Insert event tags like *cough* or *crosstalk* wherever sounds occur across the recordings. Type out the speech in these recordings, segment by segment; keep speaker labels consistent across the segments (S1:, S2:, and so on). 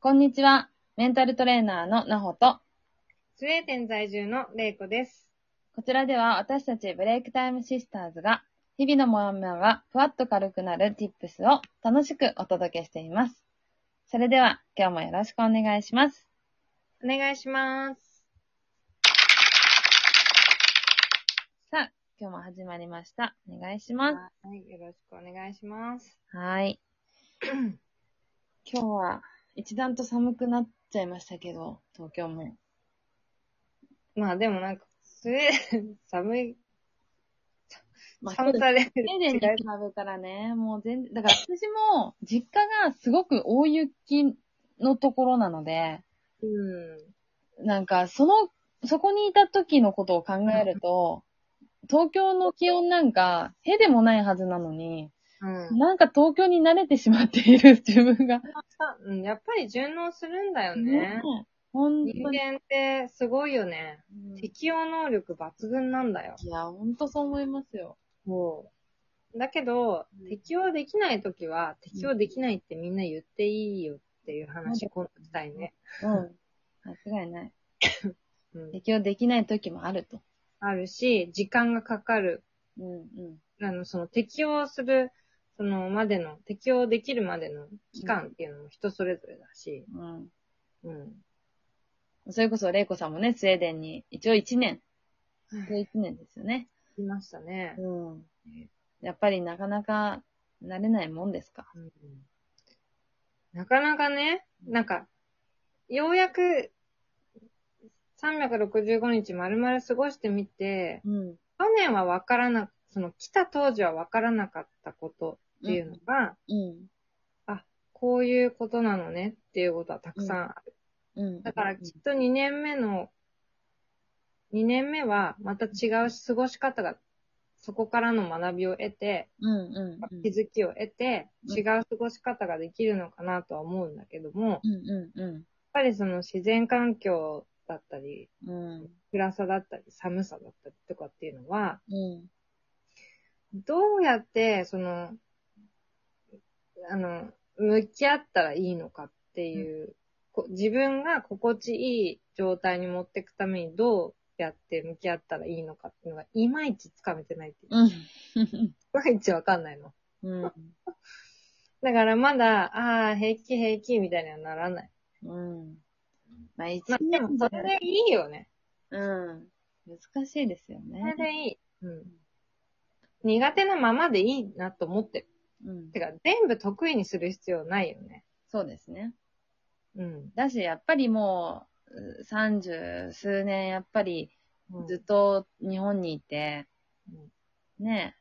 S1: こんにちは。メンタルトレーナーのなほと、
S2: スウェーデン在住のレイコです。
S1: こちらでは私たちブレイクタイムシスターズが、日々のモヤモヤがふわっと軽くなる tips を楽しくお届けしています。それでは、今日もよろしくお願いします。
S2: お願いします。
S1: さあ、今日も始まりました。お願いします。
S2: はい、よろしくお願いします。
S1: はい。今日は一段と寒くなっちゃいましたけど、東京も。
S2: まあでもなんか、スウェー *laughs* デン、寒い、
S1: まあ、
S2: 寒さレベ
S1: スウェーデンに
S2: ル
S1: 比
S2: 違う。
S1: べたらね、もう全然、だから私も実家がすごく大雪のところなので、
S2: うん。
S1: なんかその、そこにいた時のことを考えると、東京の気温なんか、へでもないはずなのに、
S2: うん
S1: なんか東京に慣れてしまっている自分が。
S2: さうん。やっぱり順応するんだよね。
S1: 本
S2: 人
S1: 当に。
S2: 間ってすごいよね。
S1: うんい
S2: 適応能力抜群なんだよ。
S1: や、本当そう思いますよ。
S2: もう。だけど
S1: う、ん
S2: 適応できないときは、適応できないってみんな言っていいよっていう話、今度したいね。
S1: うん。間違いない。
S2: うん。
S1: 適応できない時もあると。
S2: あるし、時間がかかる。
S1: うんうん。
S2: あの、その適応する、そのまでの、適応できるまでの期間っていうのも人それぞれだし、
S1: うん。
S2: うん。
S1: それこそ、レイコさんもね、スウェーデンに一応1年、一応
S2: い
S1: 1年ですよね。
S2: ましたね。
S1: うん。やっぱりなかなか慣れないもんですか。
S2: うんなかなかね、なんか、ようやく、365日丸々過ごしてみて、
S1: うん。
S2: 去年はわからな、その来た当時はわからなかったことっていうのが、
S1: うん。
S2: こういうことなのねっていうことはたくさんある
S1: うん。
S2: だからきっと2年目の、2年目はまた違う過ごし方が、そこからの学びを得て、
S1: うんうんうん。
S2: 気づきを得て、
S1: うん
S2: 違う過ごし方ができるのかなとは思うんだけども、やっ
S1: うんうんう
S2: ぱりその自然環境だったり、
S1: ん。うん。
S2: 暗さだったり、寒さだったりとかっていうのは、
S1: うん。
S2: どうやって、その、あの、向き合ったらいいのかっていう、こ自分が心地いい状態に持っていくためにどうやって向き合ったらいいのかっていうのが、いまいちつかめてないっていう。
S1: う
S2: い
S1: ん。
S2: まいちわかんないの。
S1: うん。
S2: だからまだ、ああ、平気平気みたいにはならない。
S1: うん。まあ、一
S2: まあでも
S1: 年、
S2: それでいいよね。
S1: うん。難しいですよ
S2: それ
S1: ね。
S2: でいい。うん。苦手なままでいいなと思ってる。
S1: うん
S2: て。か、全部得意にする必要ないよね。
S1: そうですね。
S2: うん。
S1: だし、やっぱりもう、三十数年、やっぱり、
S2: うん
S1: ずっと日本にいて、ね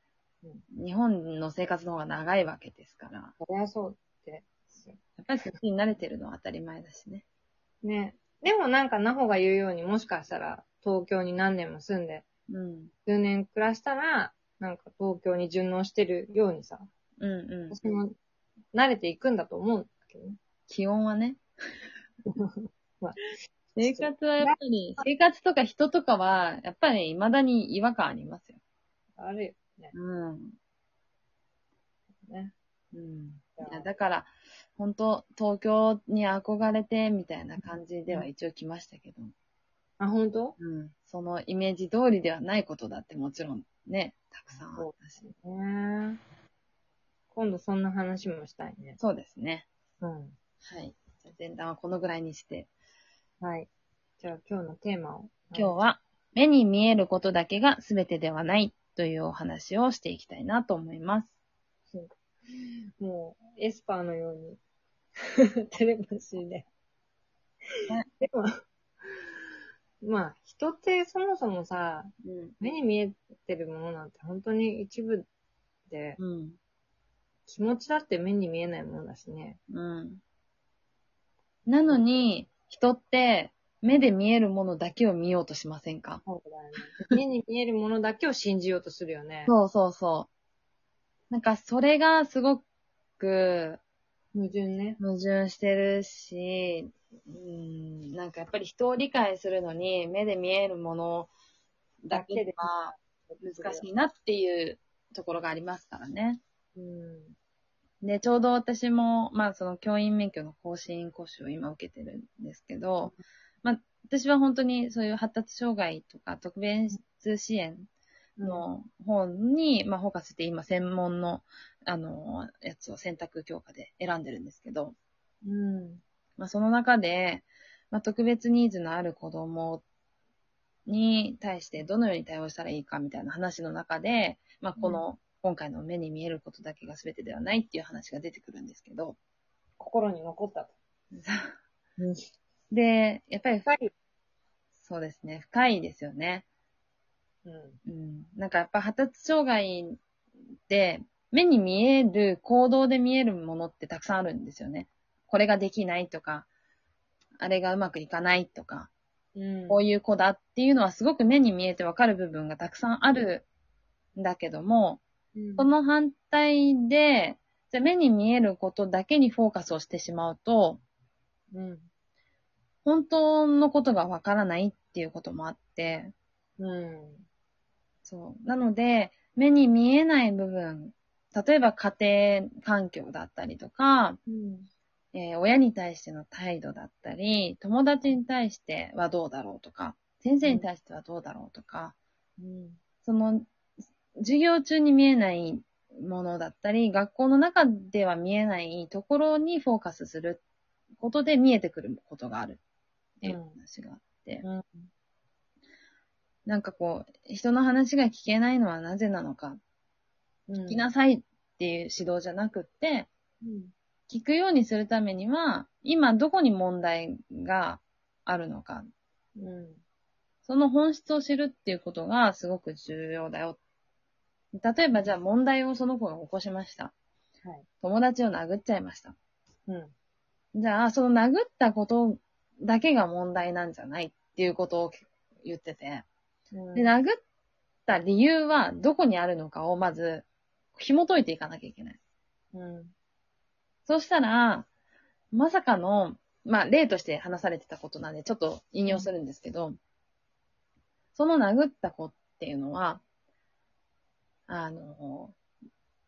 S1: え
S2: う、
S1: 日本の生活の方が長いわけですから、や
S2: そりゃそうですよ
S1: っぱりそっちに慣れてるのは当たり前だしね。
S2: ね。でもなんか、なほが言うように、もしかしたら、東京に何年も住んで、
S1: うん。
S2: 数年暮らしたら、なんか東京に順応してるようにさ、
S1: うんうん。
S2: 私も慣れていくんだと思うんだけどね。
S1: 気温はね
S2: *laughs* まあ。
S1: 生活はやっぱり、生活とか人とかは、やっぱり未だに違和感ありますよ。
S2: あるよね。
S1: うん。
S2: ね。
S1: うん。いや、だから、本当東京に憧れて、みたいな感じでは一応来ましたけど、
S2: あ、本当？
S1: うん。そのイメージ通りではないことだってもちろんね、たくさんあったし。
S2: ね今度そんな話もしたいね。
S1: そうですね。
S2: うん。
S1: はい。じゃあ前段はこのぐらいにして、
S2: はい。じゃあ今日のテーマを。
S1: 今日は、目に見えることだけが全てではないというお話をしていきたいなと思います。
S2: もう、エスパーのように、 *laughs* テレパシーで
S1: ね。
S2: でも、まあ、人ってそもそもさ、
S1: うん。
S2: 目に見えてるものなんて本当に一部で、
S1: うん。
S2: 気持ちだって目に見えないものだしね。
S1: うん。なのに、人って、目で見えるものだけを見ようとしませんか
S2: そうだよね。目に見えるものだけを信じようとするよね。
S1: そうそうそう。なんか、それがすごく、
S2: 矛盾ね。
S1: 矛盾してるし、うん、なんかやっぱり人を理解するのに、目で見えるものだけでは難しいなっていうところがありますからね。
S2: うん。
S1: で、ちょうど私も、まあその教員免許の更新講習を今受けてるんですけど、まあ私は本当にそういう発達障害とか特別支援の方に、まあフォーカスして今専門の、あの、やつを選択教科で選んでるんですけど、
S2: うん。
S1: まあその中で、まあ特別ニーズのある子供に対してどのように対応したらいいかみたいな話の中で、まあこの、今回の目に見えることだけが全てではないっていう話が出てくるんですけど、
S2: 心に残ったと。うん。
S1: *laughs* で、やっぱり、
S2: 深い。
S1: そうですね、深いですよね。
S2: うん。
S1: うん。なんかやっぱ発達障害って、目に見える、行動で見えるものってたくさんあるんですよね。これができないとか、あれがうまくいかないとか、
S2: うん
S1: こういう子だっていうのはすごく目に見えてわかる部分がたくさんあるんだけども、その反対で、じゃあ目に見えることだけにフォーカスをしてしまうと、
S2: うん。
S1: 本当のことがわからないっていうこともあって、
S2: うん。
S1: そう。なので、目に見えない部分、例えば家庭環境だったりとか、
S2: うん。
S1: えー親に対しての態度だったり、友達に対してはどうだろうとか、先生に対してはどうだろうとか、
S2: うん。
S1: その、授業中に見えないものだったり、学校の中では見えないところにフォーカスすることで見えてくることがあるっていう話があって、
S2: うん
S1: なんかこう、人の話が聞けないのはなぜなのか
S2: うん。
S1: 聞きなさいっていう指導じゃなくって、
S2: うん。
S1: 聞くようにするためには、今どこに問題があるのか、
S2: うん。
S1: その本質を知るっていうことがすごく重要だよ。例えばじゃあ問題をその子が起こしました。
S2: はい
S1: 友達を殴っちゃいました。
S2: うん。
S1: じゃあ、その殴ったことだけが問題なんじゃないっていうことを言ってて。
S2: うん
S1: で、殴った理由はどこにあるのかをまず紐解いていかなきゃいけない。
S2: うん。
S1: そうしたら、まさかの、まあ、例として話されてたことなんで、ちょっと引用するんですけど、その殴った子っていうのは、あの、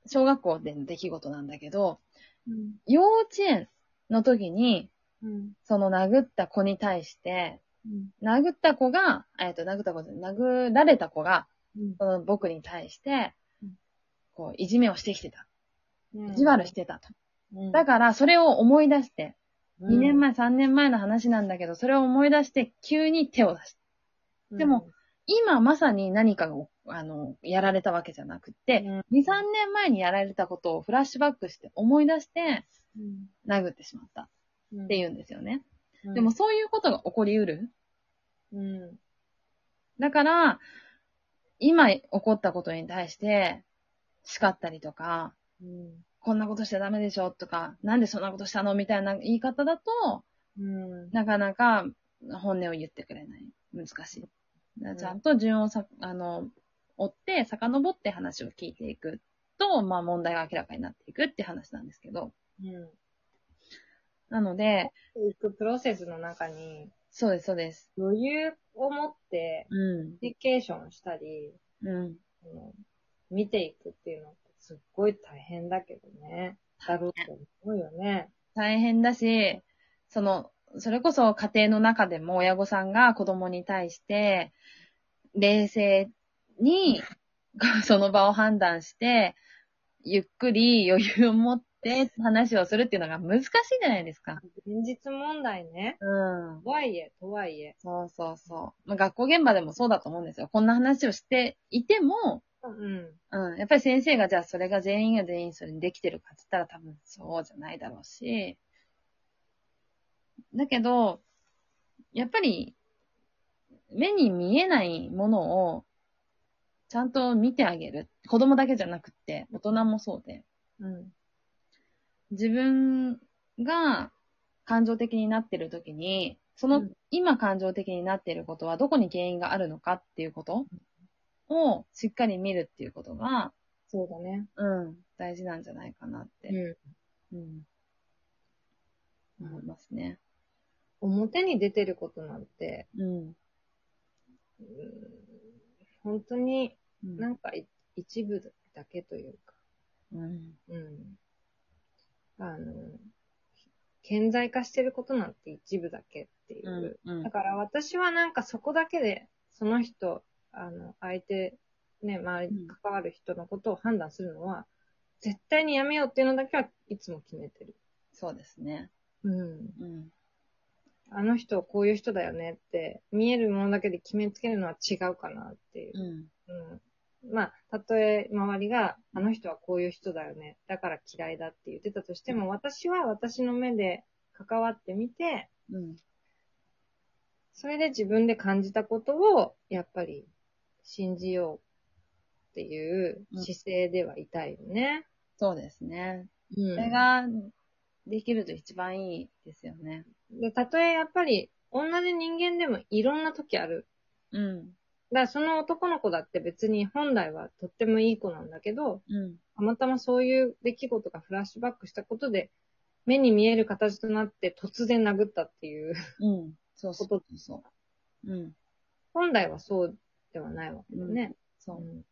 S1: 小学校での出来事なんだけど、
S2: うん。
S1: 幼稚園の時に、
S2: うん。
S1: その殴った子に対して、
S2: うん。
S1: 殴った子が、えっと、殴った子じゃない、殴られた子が、
S2: うん
S1: その僕に対して
S2: うん、
S1: こう、いじめをしてきてた。
S2: うん
S1: 意地悪してたと。
S2: うん
S1: だから、それを思い出して、
S2: うん
S1: 2年前、3年前の話なんだけど、それを思い出して急に手を出した。でも、今まさに何かを、あの、やられたわけじゃなくて、
S2: うん
S1: 2、3年前にやられたことをフラッシュバックして思い出して
S2: うん
S1: 殴ってしまった
S2: うん
S1: って言うんですよね。
S2: うん
S1: でもそういうことが起こりうる。
S2: うん。
S1: だから、今起こったことに対して叱ったりとか、
S2: うん。
S1: こんなことしちゃダメでしょとか、なんでそんなことしたのみたいな言い方だと、
S2: うん。
S1: なかなか本音を言ってくれない。難しい。だからちゃんと順をさ、あの、追って、遡って話を聞いていくと、まあ問題が明らかになっていくって話なんですけど。
S2: うん。
S1: なので、
S2: 行くプロセスの中に
S1: そうです、そうです。
S2: 余裕を持って
S1: う
S2: コミュニケーションしたり、
S1: ん。うん。
S2: あの見ていくっていうのってすっごい大変だけどね。だろうと思うよね。
S1: 大変だし、その、それこそ家庭の中でも親御さんが子供に対して、冷静に、 *laughs* その場を判断して、ゆっくり余裕を持って話をするっていうのが難しいじゃないですか。
S2: 現実問題ね。
S1: うん。
S2: とはいえ、とはいえ。
S1: そうそうそう。まあ、学校現場でもそうだと思うんですよ。こんな話をしていても、
S2: うん。
S1: うん、やっぱり先生がじゃあそれが全員が全員それにできてるかって言ったら多分そうじゃないだろうし。だけど、やっぱり目に見えないものをちゃんと見てあげる。子供だけじゃなくって大人もそうで。
S2: うん。
S1: 自分が感情的になってる時に、そうの
S2: ん
S1: 今感情的になってることはどこに原因があるのかっていうことをしっかり見るっていうことが、
S2: そうだね。
S1: うん、大事なんじゃないかなって、
S2: うん。
S1: うん、思いますね。
S2: 表に出てることなんて、
S1: うん。
S2: うん、本当に
S1: うん
S2: なんかい一部だけというか、
S1: うん
S2: うん。あの、顕在化してることなんて一部だけっていう。
S1: うん
S2: だから私はなんかそこだけで、その人、あの、相手、ね、周りに関わる人のことを判断するのは、絶対にやめようっていうのだけはいつも決めてる。
S1: そうですね。
S2: うん。
S1: うん。
S2: あの人はこういう人だよねって、見えるものだけで決めつけるのは違うかなっていう。
S1: うん。
S2: うん。まあ、たとえ周りが、あの人はこういう人だよね、だから嫌いだって言ってたとしても、私は私の目で関わってみて、
S1: うん。
S2: それで自分で感じたことを、やっぱり、信じようっていう姿勢ではいたいよね。
S1: そうですね。
S2: うん。
S1: それができると一番いいですよね。
S2: で、たとえやっぱり、同じ人間でもいろんな時ある。
S1: うん。
S2: だからその男の子だって別に本来はとってもいい子なんだけど、
S1: うん。
S2: たまたまそういう出来事がフラッシュバックしたことで、目に見える形となって突然殴ったっていう、
S1: うん。そうそうそうそう。うん。
S2: 本来はそうではないわけだね。
S1: そう。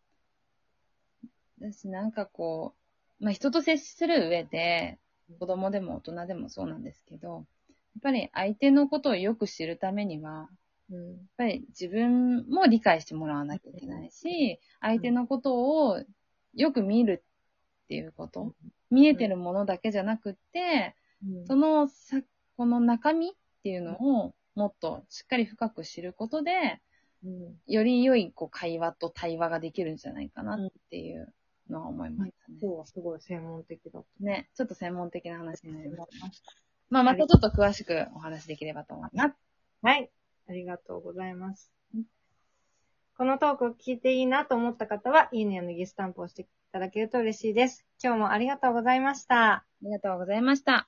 S1: だし、なんかこう、まあ、人と接する上で、子供でも大人でもそうなんですけど、やっぱり相手のことをよく知るためには、
S2: うん。うん
S1: やっぱり自分も理解してもらわなきゃいけないし、相手のことをよく見るっていうこと、見えてるものだけじゃなくて、そのさ、この中身っていうのをもっとしっかり深く知ることで、
S2: うん
S1: より良いこう会話と対話ができるんじゃないかなっていうのは思いましたね。
S2: 今日はすごい専門的だと
S1: ね、ちょっと専門的な話になりま
S2: 思
S1: す。
S2: いました。
S1: まあ、またちょっと詳しくお話しできればと思います。
S2: はい。ありがとうございます。このトークを聞いていいなと思った方は、いいねやネギスタンプをしていただけると嬉しいです。今日もありがとうございました。
S1: ありがとうございました。